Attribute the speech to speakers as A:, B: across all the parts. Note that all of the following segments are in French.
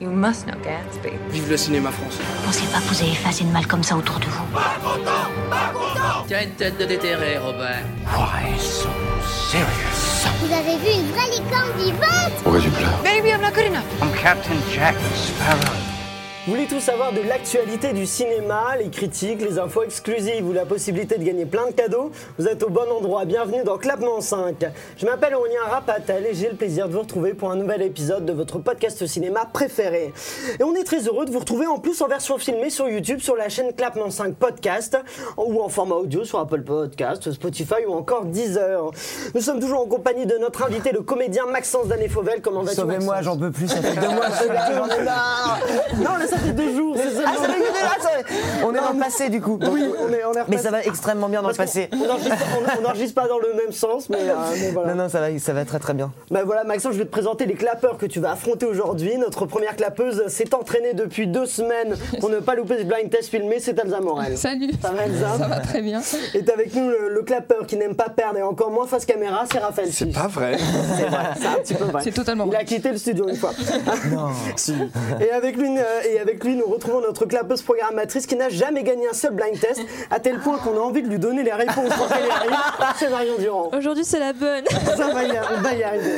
A: You must know Gatsby.
B: Vive le cinéma français.
C: Pensez pas que vous avez fait assez de mal comme ça autour de vous.
B: Tiens une tête de déterré, Robert.
D: Vous avez vu une vraie licorne vivante
E: Pourquoi tu pleures
A: Maybe I'm not good enough.
F: Vous voulez tout savoir de l'actualité du cinéma, les critiques, les infos exclusives ou la possibilité de gagner plein de cadeaux Vous êtes au bon endroit, bienvenue dans Clapement 5. Je m'appelle Aurélien Rapatel et j'ai le plaisir de vous retrouver pour un nouvel épisode de votre podcast cinéma préféré. Et on est très heureux de vous retrouver en plus en version filmée sur YouTube sur la chaîne Clapement 5 Podcast ou en format audio sur Apple Podcast, Spotify ou encore Deezer. Nous sommes toujours en compagnie de notre invité, le comédien Maxence Danet-Fauvel. Comment vas-tu
G: Sauvez-moi,
F: Maxence
G: j'en peux plus, ça fait deux
F: deux
G: mois
F: mois,
G: que je suis là, j'en ai marre.
F: non, là, ça fait deux jours. c'est
G: Ah,
F: seulement-
G: ça fait que deux- ah, ça- On est dans le passé du coup.
F: Oui, on est- on est
G: Mais
F: repassé.
G: ça va extrêmement bien dans le
F: Parce
G: passé.
F: qu'on- On n'enregistre on- on n'enregistre pas dans le même sens, mais, euh, mais voilà.
G: Non, non, ça va, ça va très très bien.
F: Bah voilà, Maxence, je vais te présenter les clapeurs que tu vas affronter aujourd'hui. Notre première clapeuse s'est entraînée depuis deux semaines pour ne pas louper ce blind test filmé. C'est Elsa Morel.
H: Salut.
F: Ça va, Elsa
H: Ça va très bien.
F: Est avec nous le, le clapeur qui n'aime pas perdre et encore moins face caméra, c'est Raphaël.
E: C'est
F: Fiche.
E: pas vrai.
F: C'est vrai, c'est un petit peu vrai.
H: C'est totalement
F: Il a
H: vrai.
F: quitté le studio une fois. Si. Et avec lui, euh, et avec lui, nous retrouvons notre clapeuse programmatrice qui n'a jamais gagné un seul blind test, à tel point qu'on a envie de lui donner les réponses quand elle y arrive. C'est Marion Durand.
I: Aujourd'hui, c'est la bonne.
F: Ça va, y a- on va y arriver.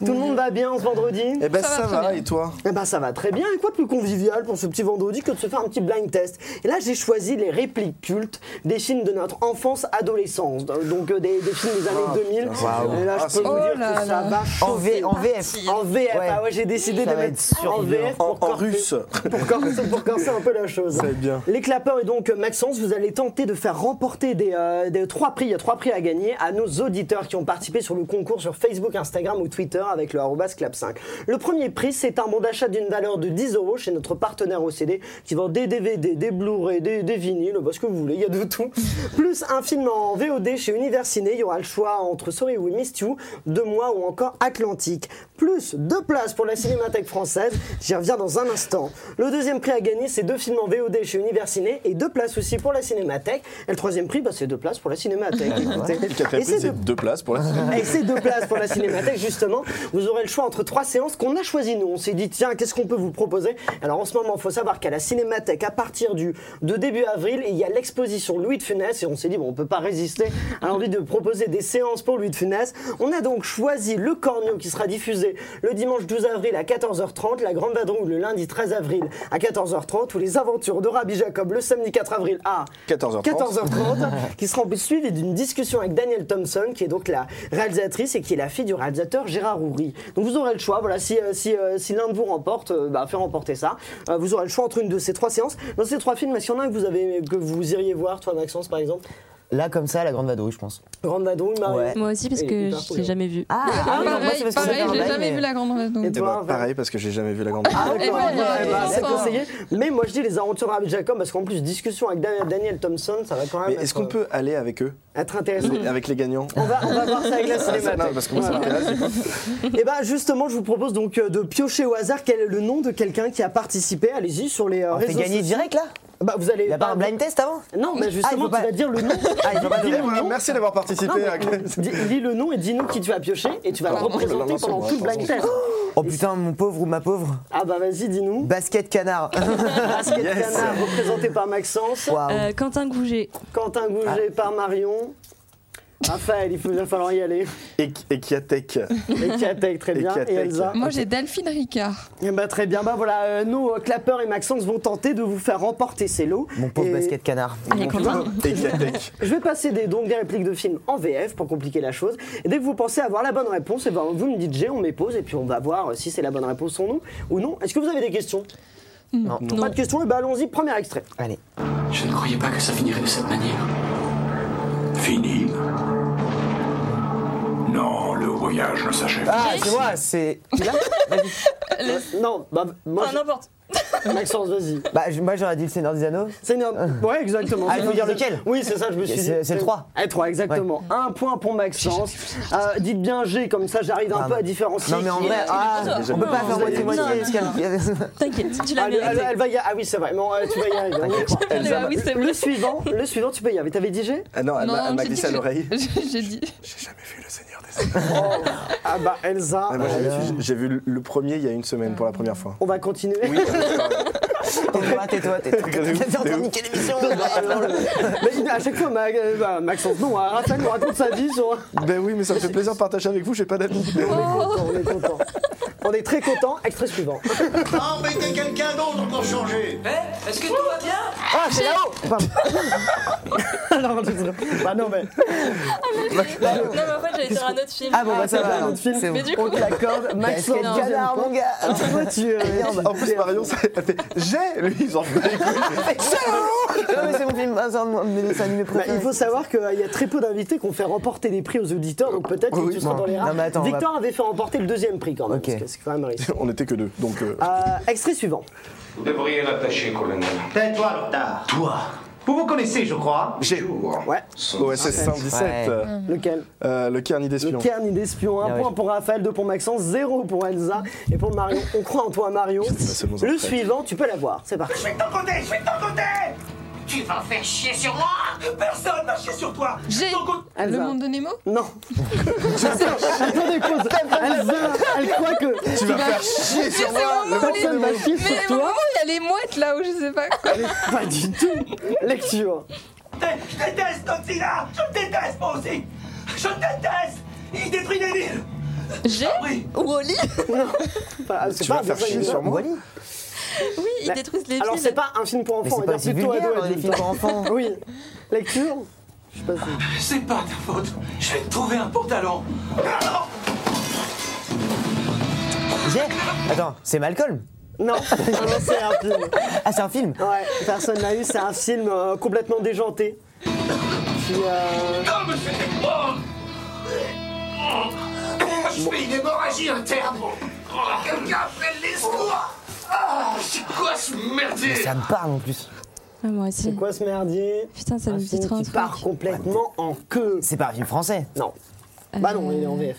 F: Tout le monde va bien en ce vendredi
E: Eh ben
H: Ça va
E: ça,
H: très bien.
E: va, et toi
F: eh ben ça va très bien, et quoi de plus convivial pour ce petit vendredi que de se faire un petit blind test Et là j'ai choisi les répliques cultes des films de notre enfance, adolescence, donc euh, des, des films des années 2000. Et là
E: Ah,
F: je peux
E: c'est
F: vous
H: bon.
F: dire
H: Oh là
F: que ça
H: là.
F: va
G: En,
F: chauffer.
G: V- en VF.
F: En VF,
G: Ouais.
F: ah ouais, j'ai décidé
G: Ça
F: de
G: va
F: mettre
G: être
F: en VF
E: En,
F: pour
E: en
F: corser-
E: russe.
F: Pour corser, pour corser un peu la chose.
E: C'est bien.
F: Les clapeurs et donc euh, Maxence, vous allez tenter de faire remporter des, euh, des trois prix. Il y a trois prix à gagner à nos auditeurs qui ont participé sur le concours sur Facebook, Instagram ou Twitter avec le arrobas clap5. Le premier prix, c'est un bon d'achat d'une valeur de 10 euros chez notre partenaire OCD qui vend des DVD, des Blu-ray, des, des vinyles, bah, ce que vous voulez, il y a de tout. Plus un film en VOD chez Univers Ciné. Il y aura le choix entre Sorry We Missed You, Deux mois ou encore Atlantique. Plus deux places pour la Cinémathèque française. J'y reviens dans un instant. Le deuxième prix à gagner, c'est deux films en VOD chez Univers Ciné et deux places aussi pour la Cinémathèque. Et le troisième prix, bah, c'est deux places pour la Cinémathèque.
E: Ah, bah, Et le quatrième
F: Et
E: prix,
F: c'est
E: c'est
F: deux-
E: deux places pour la
F: et ces deux places pour la cinémathèque, justement, vous aurez le choix entre trois séances qu'on a choisies nous. On s'est dit, tiens, qu'est-ce qu'on peut vous proposer Alors en ce moment, il faut savoir qu'à la cinémathèque, à partir du, de début avril, il y a l'exposition Louis de Funès et on s'est dit, bon, on peut pas résister à l'envie de proposer des séances pour Louis de Funès. On a donc choisi Le Corneau qui sera diffusé le dimanche 12 avril à 14h30, La Grande Vadrouille le lundi 13 avril à 14h30 ou Les Aventures de Rabbi Jacob le samedi 4 avril à
E: 14h30. Eh
F: 14h30, qui sera en plus suivie d'une discussion avec Daniel Thompson, qui est donc la réalisatrice et qui est la fille du réalisateur Gérard Houry. Donc vous aurez le choix, voilà, si, euh, si, euh, si l'un de vous remporte, euh, bah, fait remporter ça. Euh, vous aurez le choix entre une de ces trois séances. Dans ces trois films, est-ce qu'il y en a un que vous, avez, que vous iriez voir, toi Maxence par exemple
G: Là, comme ça, la grande vadrouille, je pense.
F: Grande Vadrouille, Marie
G: Ouais.
I: Moi aussi, parce
F: Et
I: que
F: Peter
I: je
F: Pouillon.
I: l'ai jamais vu.
G: Ah, ah oui, non, moi,
H: pareil,
G: c'est parce que
H: pareil,
G: c'est
H: j'ai
G: un
H: jamais
G: mais-
H: vu la grande
F: Et
H: vadrouille.
E: Eh
F: toi,
E: ben,
F: Raphaël
E: pareil, parce que j'ai jamais vu la grande.
F: Ah, d'accord.
H: Eh ben,
F: Eh ben,
H: euh,
F: c'est
H: d'accord.
F: conseillé. Mais moi je dis les aventures avec Jacob parce qu'en plus discussion avec Dan- Daniel Thompson, ça va quand même
E: Mais Hmm.
F: être, euh,
E: est-ce qu'on peut aller avec eux
F: être intéressant.
E: Avec les gagnants
F: On va, on va voir ça avec la
E: Ah, c'est-
F: cinémathèque.
E: non, parce que moi, ça m'intéresse.
F: Et ben justement, je vous propose donc euh, de piocher au hasard quel est le nom de quelqu'un qui a participé. Allez-y sur les euh,
G: On
F: réseaux
G: fait gagner
F: sociaux.
G: direct là
F: Bah vous allez
G: Il n'y a pas un blind test avant
F: Non, mais
G: Ah, il
F: justement,
G: faut pas-
F: tu vas dire le nom.
G: Ah, il faut pas
E: Eh, voilà, Merci d'avoir participé.
F: Non, mais-
E: à-
F: dis, dis le nom et dis-nous qui tu vas piocher et tu vas le
E: Pardon. Non,
F: représenter
E: non, c'est
F: pendant
E: bon,
F: tout le
E: pardon.
F: blind test.
G: Oh putain, mon pauvre ou ma pauvre
F: Ah bah vas-y, dis-nous.
G: Basket canard.
F: Basket
E: Yes.
F: Canard, représenté par Maxence,
G: Waouh.
I: Euh, Quentin Gouget.
F: Quentin Gouget
G: Ah.
F: par Marion. Raphaël, il faut- il va falloir y aller.
E: Et et Kiatek.
F: Et Katek, très
E: Et
F: bien. Et
E: Katek.
F: Elsa.
H: Moi j'ai Delphine Ricard.
F: Eh ben, très bien, bah voilà, euh, nous, euh, Clapper et Maxence vont tenter de vous faire remporter ces lots.
G: Mon pauvre
F: Et
G: basket canard.
I: Il est content.
E: Et Kiatek.
F: Je vais passer des, donc des répliques de films en VF pour compliquer la chose. Et dès que vous pensez avoir la bonne réponse, eh ben, vous me dites j'ai, on met pause et puis on va voir euh, si c'est la bonne réponse ou non. Ou non. Est-ce que vous avez des questions
G: Non.
F: Pas de questions, et ben allons-y, premier extrait.
G: Allez.
J: Je ne croyais pas que ça finirait de cette manière. Fini Non, le voyage ne s'achève
G: Ah, tu vois, c'est.
F: Non, bah, moi,
H: Ah,
I: Enfin, n'importe.
F: Maxence, vas-y.
G: Bah, je- moi j'aurais dit le Seigneur des Anneaux.
F: C'est une- Ouais, exactement.
G: Ah, il faut dire lequel
F: Oui, c'est ça, je me suis dit.
G: C'est- c'est le trois.
F: Eh, trois, exactement. Un point pour Maxence. Euh, dites bien G, comme ça j'arrive un
G: Ah,
F: peu
G: non.
F: à différencier.
G: Non mais en
F: qui est-
G: vrai, ah, on peut pas faire moitié-moitié. parce qu'elle-
H: T'inquiète, tu l'as
F: Ah, elle, elle-
H: mérité.
F: elle va y... ah oui, c'est vrai. Non, euh, tu vas y arriver. on y croit.
H: Ah oui, c'est
F: le
H: vrai.
F: suivant, le suivant, tu peux y arriver. T'avais dit G
E: Ah non, elle m'a- elle m'a
H: j'ai
E: glissé à
H: dit que
E: l'oreille.
H: j'ai- J'ai dit.
E: J'ai jamais vu le Seigneur des Anneaux.
F: Ah bah Elsa.
E: Ah, moi, j'ai vu- j'ai vu le- le premier il y a une semaine pour la première fois.
F: On va continuer.
G: Tais-toi, tais-toi, tais-toi. T'es en train de niquer l'émission.
F: Mais à chaque fois, Ma- euh, bah, Maxence, non, hein, Raphaël nous raconte sa vie sur.
E: Ben oui, mais ça me fait plaisir de partager avec vous, j'ai pas d'amis.
F: On est content. On est très content. Extrait suivant.
B: Embêtez quelqu'un d'autre pour changer Hein Est-ce que tout va bien
F: Ah, c'est là-haut Pardon. Alors, je dirais- Bah non, mais.
H: Non, mais en fait, j'allais dire un autre film.
G: Ah bon, bah ça va.
F: un autre film.
G: C'est bon. Bah,
H: Mais du
F: On
H: coup,
F: te l'accorde. Max,
G: Casquette
F: non,
G: canard,
F: j'aime
G: mon gars.
F: pas. Toi, tu. euh,
E: En plus, Marion, ça- elle fait J'ai Lui, ils en
G: Non, mais c'est mon film, ah, c'est un de mes dessins animés
F: Bah,
G: préférés.
F: il faut savoir qu'il y a très peu d'invités qui ont fait remporter des prix aux auditeurs, donc peut-être que
G: Oui,
F: tu seras
G: bon.
F: dans les rares.
G: Non, mais attends, on va-
F: Victor avait fait remporter le deuxième prix quand même,
G: Ok.
F: parce que c'est quand même un risque.
E: On était que deux, donc. euh,
F: Euh, extrait suivant.
I: Vous devriez l'attacher, colonel.
B: Tais-toi, Lothar.
J: Toi
B: Vous vous connaissez, je crois.
E: J'ai.
F: Ouais,
E: OSS 117.
G: Ouais.
E: euh,
F: lequel
E: euh, le carnet
F: Le
E: d'espion.
F: Cairn d'espion, un
E: Ah
G: Bien
F: point
G: oui.
F: pour Raphaël, deux pour Maxence, zéro pour Elsa et pour Marion. On croit en toi, Marion.
E: c'est bon, ça
F: Le
E: fait.
F: suivant, tu peux l'avoir, c'est parti.
B: Je suis de ton côté, je suis de ton côté Tu vas faire chier sur moi Personne n'a chier sur toi
H: j'ai.
B: Ton côté-
H: Le
F: Elsa.
H: monde de Nemo
F: Non. Attendez, pause. Elsa, elle croit que.
E: Tu vas faire chier sur
H: Mais
E: moi
H: au
E: le
H: moment où
E: porte de
H: les-
E: ma
H: mais
E: fille.
F: sur
H: au
F: toi.
H: moment où il y a les mouettes là où je sais pas quoi.
F: Pas du tout. Lecture.
B: Je déteste Godzilla Je le déteste, moi aussi Je le déteste Il détruit des villes
H: J'ai
B: Oui
H: Wally
F: Enfin, c'est
E: Tu vas
F: un
E: faire
F: dessin
E: chier
F: animé.
E: sur moi
H: Oui, ils détruisent les
F: Alors,
H: villes.
F: c'est pas un film pour
G: Mais
F: enfants,
G: c'est
F: on
G: pas
F: va
G: aussi
F: dire plutôt
G: vulgaire,
E: hein,
F: ado
G: les
F: adulte.
G: films pour enfants.
F: Oui. Lecture Je sais pas si.
B: C'est pas ta faute Je vais te trouver un pantalon
G: J'ai- Attends, c'est Malcolm.
F: Non, non, non, c'est un film.
G: Ah, c'est un film.
F: Ouais, personne n'a eu, c'est un film euh, complètement déjanté. Qui, euh,
B: Non, mais c'est mort Je fais une hémorragie interne Quelqu'un appelle les secours Ah, C'est quoi ce merdier
G: Ça me parle en plus.
H: Ah, moi aussi.
F: Quoi ce merdier
H: Putain, ça
F: Un
H: me dit
F: film
H: trop un
F: qui
H: truc.
F: part complètement en queue.
G: C'est pas un film français.
F: Non. Bah non, il est en VF.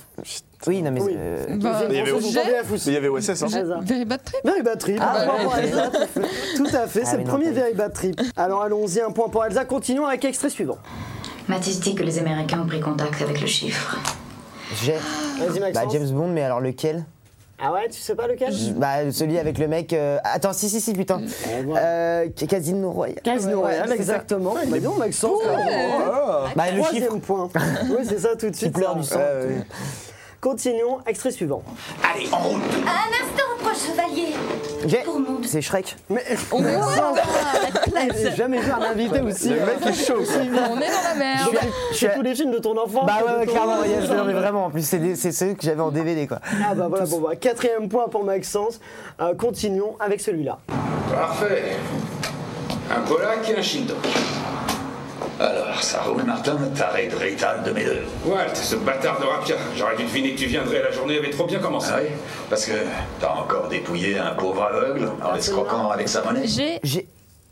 G: Oui, non mais.
F: Oui.
G: euh,
H: Euh, Bah,
E: Mais il y avait
F: Ils sont en
H: j'ai.
F: VF aussi.
E: Mais il y avait OSS, hein.
F: Hasard.
H: Very bad trip.
F: Very Bad Trip. un point
G: Ah, ouais.
F: pour Elsa, tout fait. tout à fait, c'est
G: oui,
F: le
G: non,
F: premier
G: pas du
F: Very Bad Trip. Alors allons-y, un point pour Elsa. Continuons avec l'extrait suivant.
C: Mathis dit que les Américains ont pris contact avec le chiffre.
G: J'ai.
F: Vas-y, Maxence.
G: Bah, James Bond, mais alors lequel
F: Ah ouais, tu sais pas lequel
G: Bah, celui avec le mec. euh, Attends, si, si, si, putain. Euh, Casino Royale.
F: Casino Royale,
G: c'est ça.
F: exactement. Bah non, Maxence.
G: Bah, le chiffre.
F: Troisième point. Oui, c'est ça tout de suite.
G: pleures
F: ça.
G: du sang.
E: Euh,
F: Continuons, extrait suivant.
B: Allez, en route
D: Un instant, proche chevalier
G: J'ai.
D: Pour mon-
G: C'est Shrek.
H: On est dans
F: J'ai jamais vu un invité aussi.
E: Le
G: euh,
E: mec est chaud.
H: On est dans la merde.
F: C'est tous les films de ton enfant.
G: Bah
F: de
G: ouais, ouais
F: ton-
G: clairement, Royale, non, mais vraiment, en plus, c'est des- c'est ceux que j'avais en DVD quoi.
F: Ah bah voilà, bon bah, quatrième point pour Maxence. Euh, continuons avec celui-là.
I: Parfait. Un Polak et un Shinto.
J: Alors, ça roule, Martin, t'arrêtes Rital de mes deux.
I: Walt, ce bâtard de rapia. J'aurais dû deviner que tu viendrais. La journée avait trop bien commencé.
J: Ah oui Parce que t'as encore dépouillé un pauvre aveugle en l'escroquant avec sa monnaie.
H: J'ai.
G: J'ai.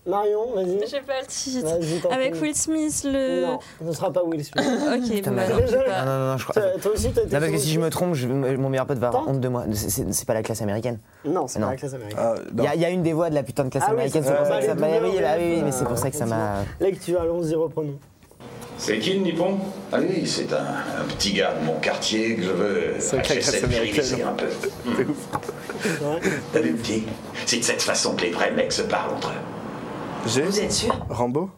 F: Marion, vas-y.
H: J'ai pas le
F: Vas-y, t'en
H: titre. Avec
F: prie.
H: Will Smith, le.
F: Non, ce ne sera pas Will Smith.
H: Ok, bon,
G: mais
H: bah,
G: alors.
H: non, j'ai
G: Ah
H: pas.
G: non, non, non, je crois.
F: Toi toi aussi, t'as été.
G: Non, parce que si je me trompe, je- mon meilleur pote va avoir
F: Attends.
G: honte de moi. C'est- C'est c'est pas la classe américaine.
F: Non, c'est
G: Non.
F: pas la classe américaine.
E: Ah,
G: Il
E: non.
G: y, a- il y a une des voix de la putain de classe
F: Ah oui,
G: américaine,
F: c'est
G: c'est
F: ça,
G: pour ça
F: bah,
G: que ça
F: les
G: m'a.
F: doubleurs,
G: Oui, oui, bah oui,
F: euh,
G: mais c'est pour ça que ça m'a.
F: Lecture, allons-y, reprenons.
I: C'est qui le nippon
J: Ah oui, c'est un, un petit gars de mon quartier que je veux
E: C'est vrai que la classe
J: HSL viriliser un peu.
E: C'est ouf.
J: T'as vu, petit C'est de cette façon que les vrais mecs se parlent entre eux.
E: J'ai.
H: Vous êtes sûr
E: Rambo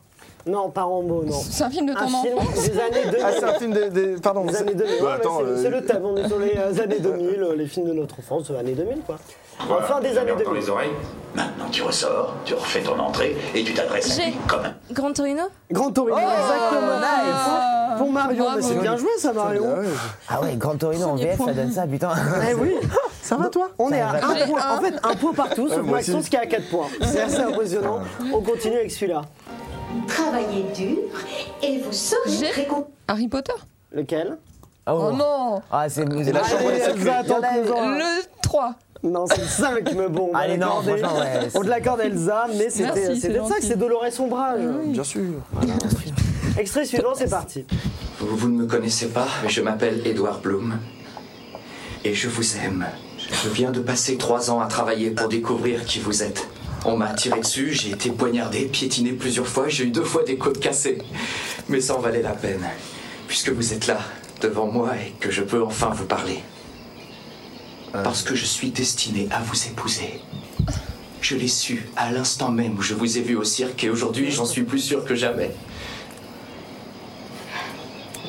F: Non, pas Rambo, non.
H: C'est un film de
F: Un
H: ton
F: film
H: enfant.
F: des années 2000.
E: Ah, c'est un film des. des- Pardon.
F: des
E: c'est-
F: années 2000.
E: Bah,
F: Ouais,
E: attends,
F: mais c'est c'est
E: euh,
F: le thème, on est sur les euh, années 2000, euh, les films de notre enfance, euh, années 2000 quoi.
I: Voilà,
F: Enfin des
I: la
F: années
I: merde dans
F: 2000.
I: les oreilles.
J: Maintenant, tu ressors, tu refais ton entrée et tu t'adresses à
H: J'ai-
J: lui comme un
H: Grand Torino
F: Grand Torino, exactement. Nice. Pour
H: Oh
F: Marion,
H: Bravo.
F: mais c'est bien joué ça Marion.
E: ouais,
G: Ah ouais, Grand Torino en
H: Premier
G: VF,
H: point.
G: ça donne ça, putain.
F: Eh oui, ça va toi On est à
G: va.
F: un point. En fait, un point partout, sauf
E: moi aussi.
F: Maxence qui est à 4 points. C'est assez impressionnant. On continue avec celui-là.
D: Travaillez dur et vous serez
H: J'ai-
D: récompensé.
H: Harry Potter
F: Lequel
G: Ah ouais.
H: Oh non
G: Ah, c'est.
E: la chambre
F: Allez,
E: des
F: Elsa,
E: secrets.
F: tentez-en.
H: Le 3.
F: Non, c'est le 5, mais bon. on va
G: Allez, non,
F: l'accorder.
G: franchement, ouais, c'est-
F: On te l'accorde, Elsa, mais c'était
H: Merci, c'est
F: c'était ça que
H: gentil.
F: c'est Dolores Sombrage.
E: Bien sûr.
F: Extrait suivant, c'est parti.
J: Vous, vous ne me connaissez pas, mais je m'appelle Edouard Bloom. Et je vous aime. Je viens de passer trois ans à travailler pour découvrir qui vous êtes. On m'a tiré dessus, j'ai été poignardé, piétiné plusieurs fois, j'ai eu deux fois des côtes cassées. Mais ça en valait la peine, puisque vous êtes là, devant moi, et que je peux enfin vous parler. Parce que je suis destiné à vous épouser. Je l'ai su à l'instant même où je vous ai vu au cirque, et aujourd'hui j'en suis plus sûr que jamais.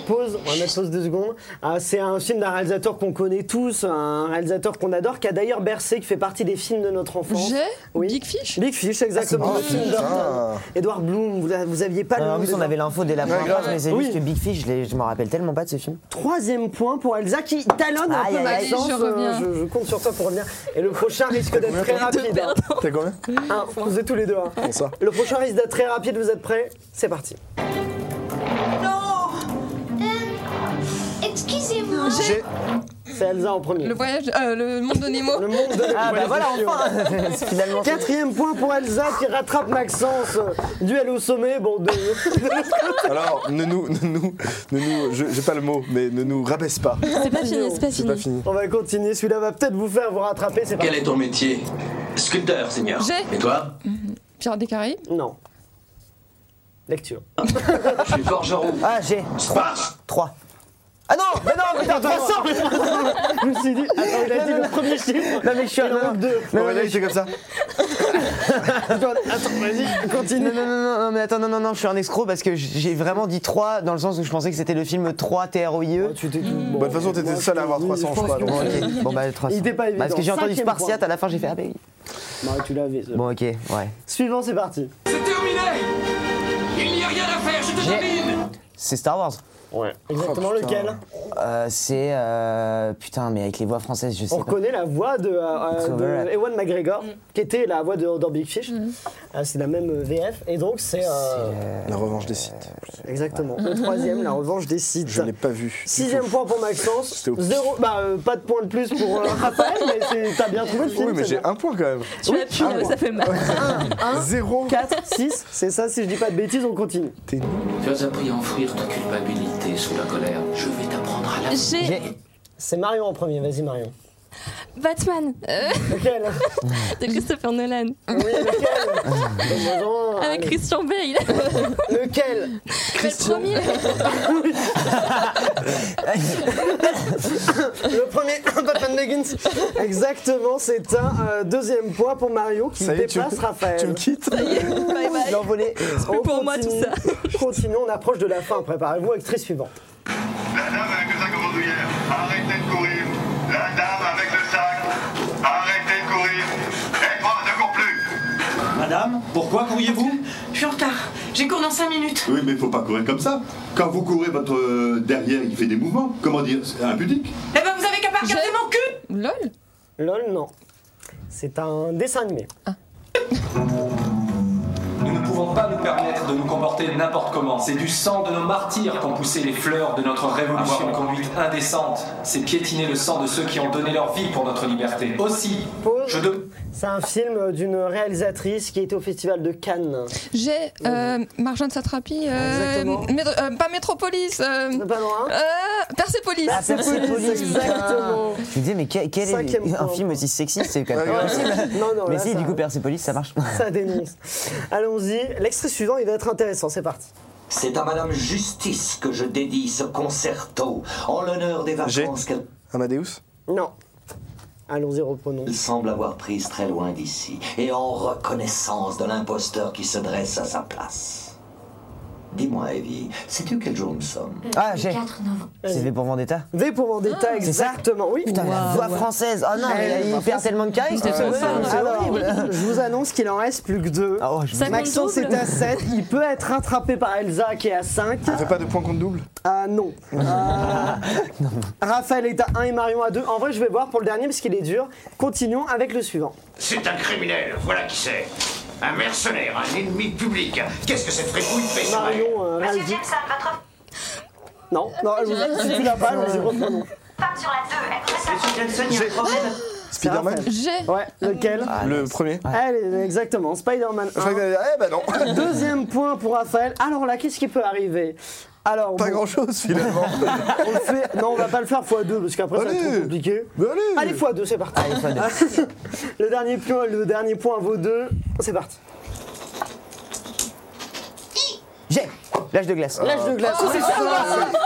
F: Pause, on va mettre pause deux secondes. Ah, c'est un film d'un réalisateur qu'on connaît tous, un réalisateur qu'on adore, qui a d'ailleurs bercé, qui fait partie des films de notre enfance.
H: J'ai
F: Oui.
H: Big Fish
F: Big Fish, exactement.
E: Ah,
F: le film
E: putain.
F: d'Orton. Edward Bloom, vous, la- vous aviez pas le
G: Non,
F: nom
G: Ah, en plus,
F: des
G: on avait l'info dès la
E: Ouais,
G: première
E: grave.
G: phrase, mais c'est
F: Oui.
G: juste que Big Fish, je l'ai- je m'en rappelle tellement pas de ce film.
F: Troisième point pour Elsa qui talonne un
G: Aïe,
F: peu
G: aïe, aïe.
F: Maxence.
H: Je
F: Euh,
H: reviens.
F: je, je compte sur toi pour revenir. Et le prochain risque d'être très rapide. hein.
E: T'as combien
F: Un, vous êtes tous les deux. hein.
E: ça.
F: Le prochain risque d'être très rapide, vous êtes prêts C'est parti.
D: Excusez-moi.
E: J'ai.
F: C'est Elsa en premier.
H: Le voyage, euh, le monde de Nemo.
F: Le monde de
G: Ah, bah
F: Ouais,
G: voilà,
F: c'est sûr.
G: enfin Finalement, c'est-
F: Quatrième point pour Elsa qui rattrape Maxence. Duel au sommet, bon, de,
E: Alors, ne nous, ne nous, ne nous, je- j'ai pas le mot, mais ne nous rabaisse pas.
H: C'est pas fini, c'est pas
E: C'est pas
H: fini.
E: fini.
F: on va continuer. Celui-là va peut-être vous faire vous rattraper, c'est parti.
J: Quel est ton métier Sculpteur, seigneur.
H: J'ai.
J: Et toi
H: Pierre des Caraïbes
F: Non. Lecture.
J: Je suis forgeron.
G: Ah, j'ai
J: Sparse
G: 3. Ah non, mais non, mais t'as 300
F: Je me suis dit, attends, il a dit le premier chiffre.
G: Non, mais je suis
F: Il en
G: un
F: manque deux.
G: Non, mais
E: Ouais, là,
G: je-
E: il était comme ça.
F: Attends, vas-y, continue.
G: Non, non, non, non, non, mais attends, non, non, non, je suis un escroc parce que j'ai vraiment dit 3 dans le sens où je pensais que c'était le film 3 TROIE.
F: Oh, Tu t'es dit, bon,
E: Bah, de toute façon, t'étais
F: moi,
E: le seul à avoir
F: je
E: 300, je
F: pense
E: crois.
F: que-
E: donc, euh,
G: E. Ok, Bon bah 300.
F: Il était pas
G: Bah, Parce
F: évident.
G: que j'ai entendu
F: Cinquième
G: Spartiate, à la fin j'ai fait ah bah oui.
F: Non, tu l'avais. ça.
G: Bon ok, ouais.
F: Suivant, c'est parti.
B: C'est terminé Il n'y a rien à faire, je te domine
G: C'est Star Wars.
F: Ouais. Exactement
E: Oh, putain.
F: lequel
G: Euh, c'est euh, putain mais avec les voix françaises je sais
F: On
G: pas.
F: reconnaît la voix de, euh,
G: Trevor.
F: de Ewan McGregor, qui était la voix de, dans Big Fish. Euh, c'est la même euh, VF. Et donc, c'est. euh,
E: La revanche des sites.
F: Exactement. Le troisième, la revanche des sites.
E: Je l'ai pas vu.
F: Sixième point pour Maxence.
E: C'était au-
F: Zéro, bah, euh, pas de point de plus pour euh, Raphaël, mais c'est- t'as bien trouvé le film.
E: Oui, mais
F: c'est
E: j'ai
F: bien. Hein
E: un point quand même.
H: Tu l'as pu,
E: ah,
H: ça fait mal.
E: Zéro.
F: 4, 6, c'est ça, si je dis pas de bêtises, on continue.
E: T'es nul.
J: Tu as appris à enfouir ta culpabilité sous la colère. Je vais t'apprendre à la
H: J'ai
F: C'est Marion en premier, vas-y Marion.
H: Batman euh,
F: Lequel
H: de Christopher Nolan
F: Oui, lequel Bonjour,
K: Euh,
H: avec
F: allez.
H: Christian Bale.
F: Lequel
H: le premier.
F: Le premier, Batman Begins. Exactement, c'est un euh, deuxième point pour Mario qui
E: Ça y est, tu,
F: dépasse Raphaël.
E: tu me quittes
H: Bye bye.
F: L'envolé.
H: Bah, plus pour moi, tout ça.
F: Continuons, on approche de la fin. Préparez-vous, actrice suivante.
I: La dame avec le sac bandoulière, arrêtez de courir. La dame avec le sac, arrêtez de courir. Et moi, ne cours plus.
J: Madame, pourquoi courriez-vous
B: Je suis en retard, j'ai cours dans 5 minutes.
I: Oui, mais faut pas courir comme ça. Quand vous courez, votre euh, derrière, il fait des mouvements. Comment dire C'est impudique.
B: Eh ben vous avez qu'à pas regarder mon cul
H: Lol.
F: LOL, non. C'est un dessin animé.
J: Nous ne pouvons pas nous permettre de nous comporter n'importe comment. C'est du sang de nos martyrs qu'ont poussé les fleurs de notre révolution. Avoir une conduite indécente, c'est piétiner le sang de ceux qui ont donné leur vie pour notre liberté. Aussi,
F: Pause.
J: je de...
F: C'est un film d'une réalisatrice qui était au festival de Cannes.
H: J'ai euh, Marjane Satrapi. Euh,
F: Exactement.
H: Métro- euh, pas Métropolis. Euh,
F: Pas loin.
H: euh, Persepolis.
G: Ah, Persepolis,
F: exactement.
G: putain. Je me disais mais quel, quel
F: Cinquième
G: est un
F: point.
G: film aussi sexy c'est quand même
E: Ouais,
G: pas
E: grave.
G: possible.
F: Ah, Non, non,
G: Mais
F: là,
G: si
F: ça-
G: du coup Persepolis ça marche.
F: Ça dénonce. Allons-y. L'extrait suivant, il va être intéressant. C'est parti.
B: C'est à Madame Justice que je dédie ce concerto en l'honneur des vacances
E: J'ai.
B: qu'elle
E: Amadeus
F: Non. Allons-y, reprenons.
B: semble avoir prises très loin d'ici et en reconnaissance de l'imposteur qui se dresse à sa place. Dis-moi, Evie, sais-tu quel jour nous sommes
G: Ah j'ai.
C: 4 novembre.
G: C'est fait pour Vendetta.
F: V pour Vendetta,
G: Ah, ça
F: exactement. Oui.
G: Putain, la voix française. Ah non, mais il perd tellement de charisme.
H: Ouais,
G: ce
H: ouais,
G: soir.
H: ouais.
G: C'est
F: Alors,
G: horrible.
F: je vous annonce qu'il en reste plus que deux.
G: Ah ouais, je
H: Ça
G: me-
F: Maxence est
H: double.
F: à 7, il peut être rattrapé par Elsa qui est à 5.
E: On fait pas de points contre double
F: Ah non. Ah. Raphaël est à 1 et Marion à 2. En vrai, je vais voir pour le dernier parce qu'il est dur. Continuons avec le suivant.
B: C'est un criminel, voilà qui c'est. Un mercenaire, un ennemi public. Qu'est-ce que cette fripouille fait sur elle
F: Marion, euh,
D: Monsieur
F: réagit.
D: Jameson, votre
F: Non, non, elle vous a- si tu l'as pas, allons-y, reprenons.
D: femme sur la 2, elle vous
B: Monsieur Jensen, il y a un problème.
E: Spider-Man
H: J'ai.
F: Ouais, lequel
E: Le premier
F: Allez, exactement, Spider-Man
E: Je crois
F: 1.
E: que t'allais dire, Eh ben non
F: Deuxième point pour Raphaël. Alors là, qu'est-ce qui peut arriver Alors,
E: Pas
F: bon,
E: grand chose finalement
F: on le fait. Non, on va pas le faire x2 parce qu'après, ça va être
E: Allez.
F: trop compliqué.
E: Mais allez
F: Allez, x2, c'est parti. le, dernier point, le dernier point vaut 2. C'est parti.
G: J'ai L'âge de glace.
F: L'âge de glace. Oh, c'est ça,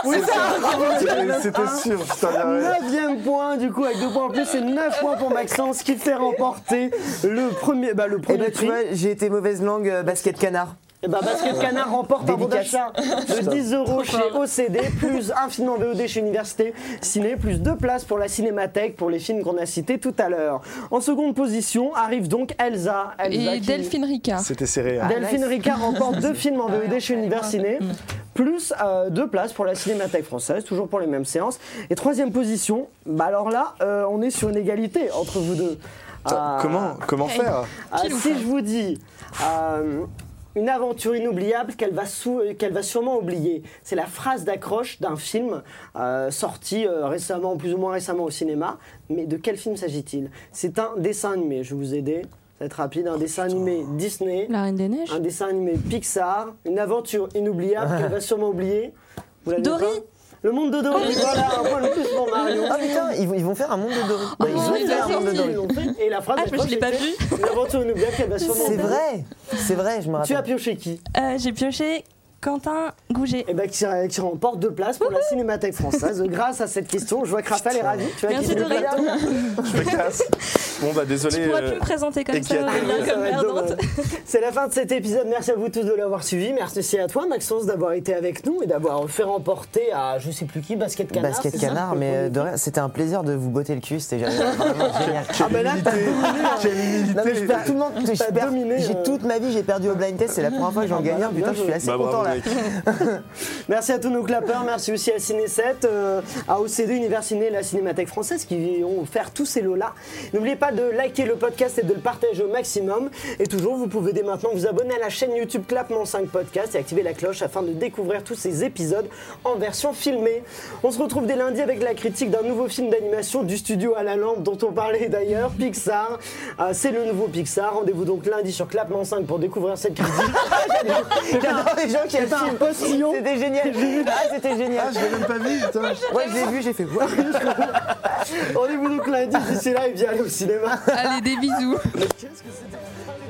F: Oui, c'est
E: C'était- C'était
G: Hein.
E: sûr, putain, bien raison.
F: Neuvième point, du coup, avec deux points en plus, c'est 9 points pour Maxence qui fait remporter le premier, bah, le
G: Eh
F: premier
G: ben tu
F: prix.
G: vois, j'ai été mauvaise langue euh, basket canard.
F: Et bah, Basket Canard remporte un bon
G: Dédicace.
F: d'achat de 10 euros chez OCD, plus un film en VOD chez Université Ciné, plus deux places pour la Cinémathèque pour les films qu'on a cités tout à l'heure. En seconde position arrive donc Elsa. Elsa
H: Et
F: qui-
H: Delphine Ricard.
E: C'était serré. hein.
F: Delphine Ricard remporte deux films en VOD chez Univers Ciné, plus euh, deux places pour la Cinémathèque française, toujours pour les mêmes séances. Et troisième position, bah alors là, euh, on est sur une égalité entre vous deux.
E: Putain,
F: Ah,
E: Comment, comment faire
F: ah,
H: Pile ou
F: si
H: face
F: je vous dis euh, une aventure inoubliable qu'elle va, sou- euh, qu'elle va sûrement oublier, c'est la phrase d'accroche d'un film euh, sorti euh, récemment, plus ou moins récemment au cinéma. Mais de quel film s'agit-il C'est un dessin animé, je vais vous aider, ça va être rapide, un dessin animé Disney,
K: La Reine des Neiges
F: un dessin animé Pixar, une aventure inoubliable qu'elle va sûrement oublier. Vous l'avez
K: Dory
F: pas Le monde de Dory, voilà, un point de plus pour Mario.
G: Ah putain, ils vont, ils vont faire un monde de Dory.
F: Oh, Ils
K: Oh,
F: ont
H: ils
F: fait un
H: l'ont
F: monde de
H: sorti.
F: Dory. Et la phrase,
K: Ah, je
F: crois
K: l'ai
F: que
K: pas
F: c'était Une aventure inoubliable qu'elle va sûrement
G: C'est
F: oublier.
G: vrai, c'est vrai, je me
F: Tu as
G: rappelle.
F: pioché qui
K: Euh, J'ai pioché Quentin Gouget.
F: Eh ben, qui, qui remporte deux places pour la Cinémathèque française. Grâce à cette question, je vois que Raphaël est ravi. Tu as
K: Merci
F: gagné
K: de
F: deux places.
K: répondre.
E: Je me casse. Bon bah
K: Tu
E: désolé.
K: pourras
E: euh,
K: plus me présenter
E: et
K: comme
E: qui
K: ça,
E: a-
K: Aurélien,
F: Ça
K: comme
F: va être
K: perdante.
F: dommage. C'est la fin de cet épisode. Merci à vous tous de l'avoir suivi. Merci à toi, Maxence, d'avoir été avec nous et d'avoir fait remporter à je sais plus qui, Basket Canard.
G: Basket
F: c'est ça
G: canard, mais euh, de rien, c'était un plaisir de vous botter le cul, c'était vraiment génial.
F: Ah, ben là, t'as dominé, hein.
G: Bah Non, mais je perds
E: Bah,
G: tout le monde. je
F: T'as
G: perds-
F: dominé,
G: J'ai
F: euh. Ah
G: toute ma vie, j'ai perdu au blind test. C'est la première fois que j'en gagne un. Putain, je suis assez
E: Bah
G: content
E: bravo
G: là.
E: mec.
F: Merci à tous nos clappeurs. Merci aussi à Ciné7, euh, à OCD, Univers Ciné et la Cinémathèque française qui ont offert tous ces lots-là. N'oubliez pas de liker le podcast et de le partager au maximum. Et toujours, vous pouvez dès maintenant vous abonner à la chaîne YouTube Clapement 5 Podcast et activer la cloche afin de découvrir tous ces épisodes en version filmée. On se retrouve dès lundi avec la critique d'un nouveau film d'animation du studio à la lampe dont on parlait d'ailleurs, Pixar. Euh, C'est le nouveau Pixar. Rendez-vous donc lundi sur Clapement 5 pour découvrir cette critique.
G: J'adore les gens qui
F: Putain,
G: affilent.
F: postillon.
G: C'était génial. Ah, c'était génial.
E: J'ai même pas vu, putain.
G: Ouais, je l'ai vu, j'ai fait. Ouah.
F: Rendez-vous donc lundi. D'ici là, et bien aller au cinéma.
H: Allez, des bisous.
F: Qu'est-ce que c'était